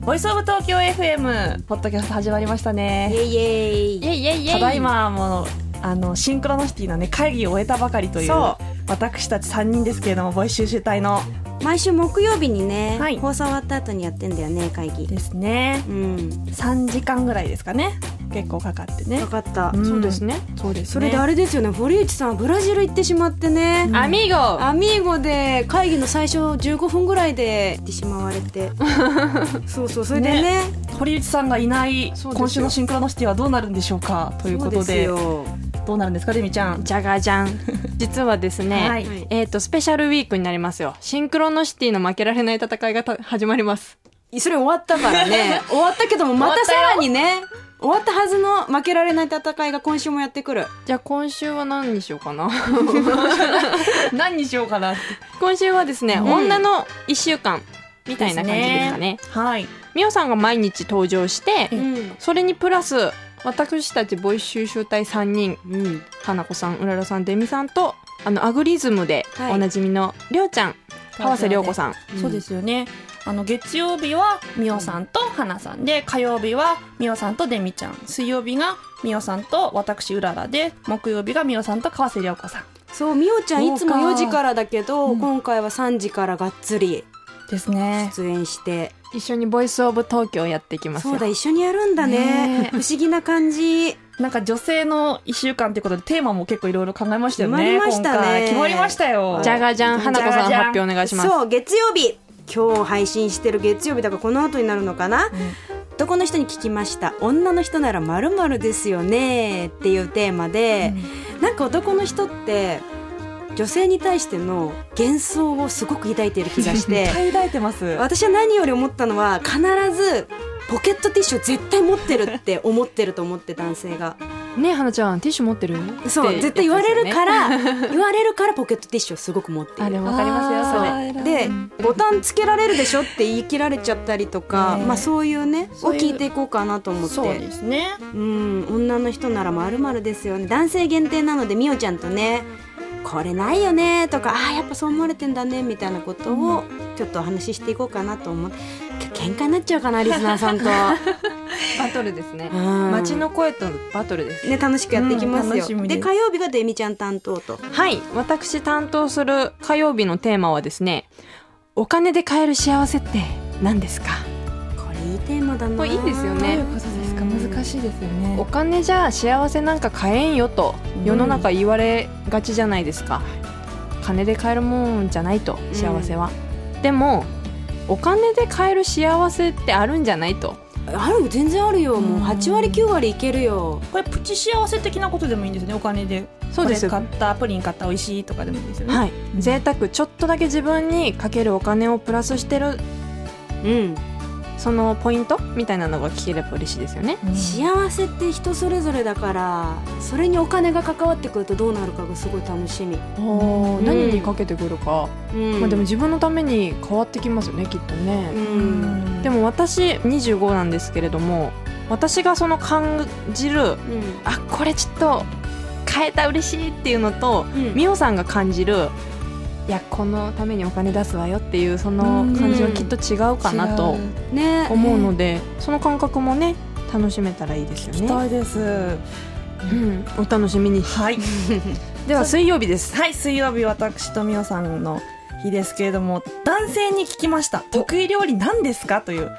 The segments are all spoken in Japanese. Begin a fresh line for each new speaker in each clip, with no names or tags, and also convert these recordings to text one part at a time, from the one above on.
ボイスオブ東京 FM ポッドキャスト始まりました
イ
ね
エイイ
イェイイェイイェイ
ただいまもうあのシンクロノシティのね会議を終えたばかりという
そ
私たち3人ですけれどもボイス収集隊の
毎週木曜日にね、
はい
放送終わった後にやってんだよね会議
ですね
うん
3時間ぐらいですかね結構かかってね
分かった、
ん
そうですね
そうです
それであれですよね堀内さんはブラジル行ってしまってね、
アミーゴ
アミーゴで会議の最初15分ぐらいで行ってしまわれてそうそうそれでね
堀内さんがいない
そうですよ
今週のシンクロノシティはどうなるんでしょうかという
そ
こ
うで
と
す
で
よ
どうなるんですかデミちゃん
じゃがじゃん 実はですね、
はい
えっ、とスペシャルウィークになりますよシンクロノシティの負けられない戦いがた始まります
それ終わったからね終わったけどもまたさらにね終わったはずの負けられない戦いが今週もやってくる
じゃあ今週は何にしようかな
何にしようかなって
今週はですね、
うん
女の1週間みたいな感じですかね
はい
みおさんが毎日登場して
う
うん
それにプラス私たちボイス収集隊3人
うん
花子さんうららさんデミさんとあのアグリズムで
はい
おなじみのりょうちゃん、川瀬りょう子さん
うん
そうですよね。あの月曜日はみおさんと花さんで火曜日はみおさんとデミちゃん水曜日がみおさんと私うららで木曜日がみおさんと川瀬良子さん
そうみおちゃんいつも
そうか
4時からだけど、
うん
今回は3時からがっつり
ですね。
出演して、
一緒にボイスオブ東京やっていきますよ
そうだ一緒にやるんだね
ねえ
不思議な感じ
なんか女性の一週間ということでテーマも結構いろいろ考えましたよね。
決まりましたね
今回決まりましたよ。
じゃがじゃん花子さん
じゃがじゃん
発表お願いします
そう月曜日今日配信してる月曜日だからこの後になるのかな、男の人に聞きました「女の人ならまるですよね」っていうテーマで、なんか男の人って女性に対しての幻想をすごく抱いている気がして
絶対抱いてます。
私は何より思ったのは必ずポケットティッシュ絶対持ってるって思ってると思って男性が
ねえ花ちゃんティッシュ持ってる
そう
って
絶対言われるか
や
ら言われるからポケットティッシュをすごく持って
つですよね
いる
あでもわかりますよそれ
あー
でボタンつけられるでしょって言い切られちゃったりとか、
ねえ
まあ、そういうねを
そういう
聞いていこうかなと思って
そうですね。
うん女の人ならまるまるですよね男性限定なのでみおちゃんとねこれないよねとかああやっぱそう思われてんだねみたいなことをちょっとお話ししていこうかなと思ってけ喧嘩になっちゃうかなリスナーさ んと、
バトルですね
うん
街の声とバトルです
ね楽しくやっていきますよ、
うん楽しみで
です火曜日がデミちゃん担当と
はい私担当する火曜日のテーマはですねお金で買える幸せって何ですか
これいいテーマだな
これいいですよねどうい
こ
う
と
ですか難
しいですよ
お
ね。
金じゃ幸せなんか買えんよと世の中言われがちじゃないですか、金で買えるもんじゃないと幸せは、でもお金で買える幸せってあるんじゃないと
あるよ全然あるよも
う
う
ん
8割9割いけるよ
これプチ幸せ的なことでもいいんですよね。お金で
そうですよ
これ買ったプリン買った美味しいとかでもいいですよね。
はい、
うん
贅沢ちょっとだけ自分にかけるお金をプラスしてる
うん
そのポイントみたいなのが聞ければ嬉しいですよね
うん
幸せって人それぞれだからそれにお金が関わってくるとどうなるかがすごい楽しみ、
お
ー何にか
けてくるか、
うん
まあ、でも自分のために変わってきますよねきっとね、
うん
でも私25なんですけれども私がその感じる
う
あこれちょっと変えた嬉しいっていうのと
んうん
美桜さんが感じるいやこのためにお金出すわよっていうその感じはきっと違うかなと
ね
思うので、その感覚もね楽しめたらいいですよ
期
ね、
待です。
うん、お楽しみに
はい。
では水曜日です
はい、水曜日私とみおさんの日ですけれども、男性に聞きました。得意料理なんですかという、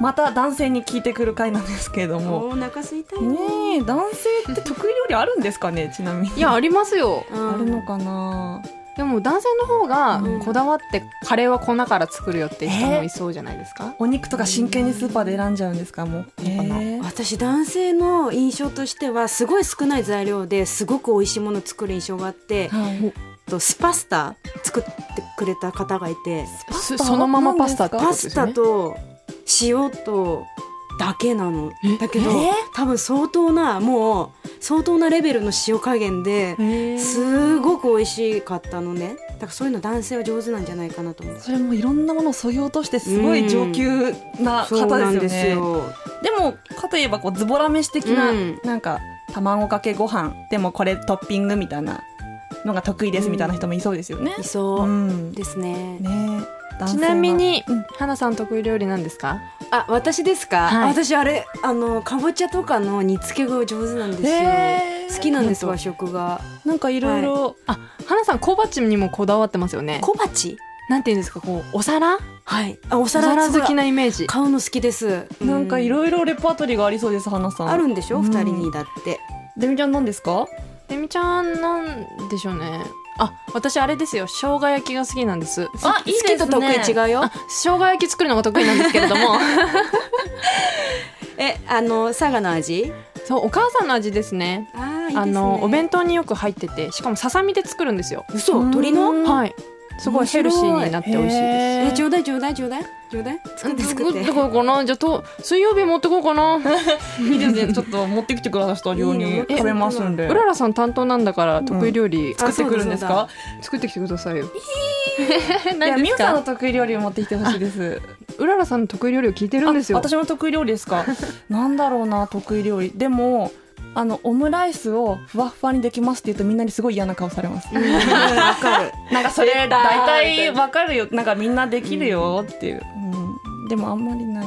また男性に聞いてくる回なんですけれども。
お腹すいたよ
ねえ、男性って得意料理あるんですかね、ちなみに。
いやありますよ
うん
あるのかな
でも男性の方が
うん
こだわってカレーは粉から作るよって人もいそうじゃないですか、
お肉とか真剣にスーパーで選んじゃうんですか、もう。
えー
私男性の印象としてはすごい少ない材料ですごく美味しいものを作る印象があって
はい
とスパスタ作ってくれた方がいて
すそのままパスタってこと
パ
です
ス
よ
タ
ね
と塩とだけなの
え
だけど
え
多分相当なもう相当なレベルの塩加減で
へー
すごく美味しかったのねだからそういうの男性は上手なんじゃないかなと思う
それもいろんなものをそぎ落としてすごい上級な方です
そう
よ
な
ね
んですよ
でもかといえばこうズボラ飯的な、
うん
なんか卵かけご飯でもこれトッピングみたいなのが得意ですみたいな人もいそうですよね
い。そううん
ね
ですね
え
男
ち
性は
なみに、
うん
花さん得意料理なんですか
あ私ですか、
はい
私あれあのかぼちゃとかの煮付けが上手なんですよ、
へー
好きなんです
本当
和食が
なんかいろいろ
あ花さん小鉢にもこだわってますよね
小鉢
なんていうんですかこうお皿
はいあお
お
皿
皿
すごい
好きなイメージ
買うの好きです
なんかい
い
ろいろレパートリーがありそうです花さん
あるんでしょ、
うん
二人にだって
デミちゃん何ですか
レミちゃんなんでしょうねあ私あれですよ生姜焼きが好きなんです
あいいですね
好きと得意違うよ
あ生姜焼き作るのが得意なんですけれど も
えあの佐賀の味
そうお母さんの味ですね
あーいいですね
あのお弁当によく入っててしかもささみで作るんですよ、
嘘
うん
鶏の
はいすごいヘルシーになって美味しいです
え
す
ちょうだいちょうだいちょうだいちょうだい作って作って
どこかなじゃあと水曜日持ってこうかな
いいですねちょっと持ってきてくださいスタジオ
いい
に
の
食べますんで
うららさん担当なんだから得意料理
作ってくるんです
あ
か
作ってきてくださいよ
いや
何で
み
す
おさん
か
の得意料理を持ってきてほしいです
うららさんの得意料理を聞いてるんですよ
あ私の得意料理です かなんだろうな得意料理でもあのオムライスをふわふわにできますって言うとみんなにすごい嫌な顔されます
うんわかる
なんかそれ大体わかるよなんかみんなできるよっていう、うんでもあんまりない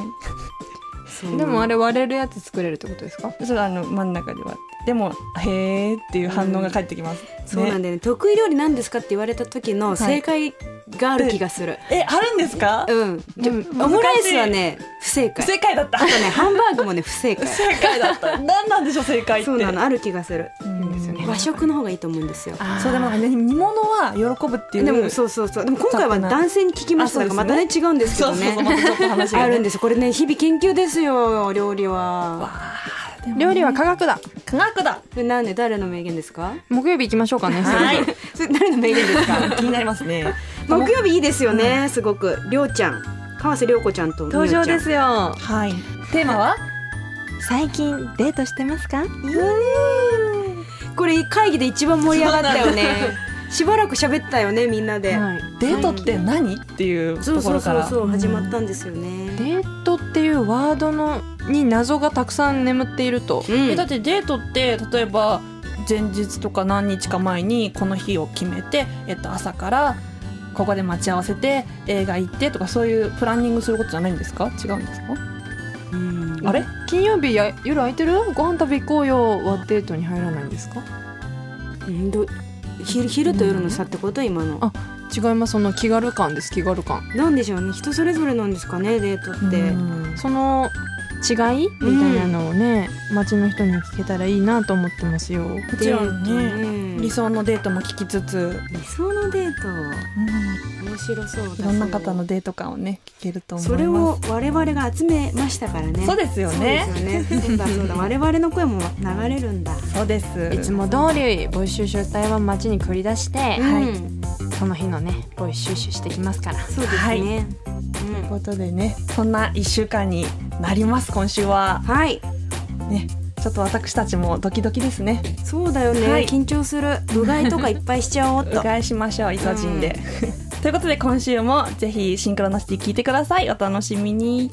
そう
でもあれ割れるやつ作れるってことですか
それはあの真ん中ではでもへーっていう反応が返ってきます、
そうな
ね
んだよね得意料理なんですかって言われた時の正解がある気がする、
えあるんですか、
うん
でも
オムライスはね不正
不
解
正解だった
あとねハンバーグもね不正 解
正解だった何なんでしょう正解って
そうなのある気がする
うん
んですよね
和食の方がいいと思うんですよ
あー
そうでもね煮物は喜ぶっていう
でもそうそうそうでも今回は男性に聞きました
あ
だ
そうですね
からまたね違うんですけ
そ
ど
うそう
ね
そうまたちょっと話が、
あ
ね、
るんですこれね日々研究ですよ料理は
料理は科学だ
科学だ
これなんで誰の名言ですか
木曜日行きましょうかね
はい
それ誰の名言 ですか
気になりますね
木曜日いいですよねすごくりょうちゃん川瀬涼子ちゃんとみお
登
ちゃん
場ですよ
はいテーマは
最近デートしてますか
これ会議で一番盛り上がったよねしばらく喋ったよねみんなで、
はい
デートって何っていう
そ
とこ
うそう
ろか
そう
ら
そう始まったんですよね、
デートっていうワードのに謎がたくさん眠っていると
うん
えだってデートって例えば前日とか何日か前にこの日を決めて、えっと、朝からここで待ち合わせて映画行ってとかそういうプランニングすることじゃないんですか違うんですか
うん
あれ
金曜日や夜空いてるご飯食べ行こうよはデートに入らないんですか
うんど昼昼と夜の差ってこと今の、
あ違いますその気軽感です気軽感
なんでしょうね人それぞれなんですかねデートって、
その違いみたいなのをね、街の人に聞けたらいいなと思ってますよ
もちろん
デート
ね
うん
理
理想
想のデートも聞きつつ、
のデート面白そうだ
いろんな方のデート感をね聞けると思います
それを我々が集めましたからね
そうですよね
そうですよねそう だそうだ我々の声も流れるんだ、
そうです
いつも通りボイス収集隊は街に繰り出して、
はい
うん
その日のねボイス収集してきますから
そうですね、
はい
うん
ということでねそんな1週間になります今週は
はい、
ねちょっと私たちもドキドキですね
そうだよね、
はい
緊張する部外とかいっぱいしちゃおうっ
う
と
がいしましょうイ ソジンで、ということで今週もぜひシンクロナシティ聞いてくださいお楽しみに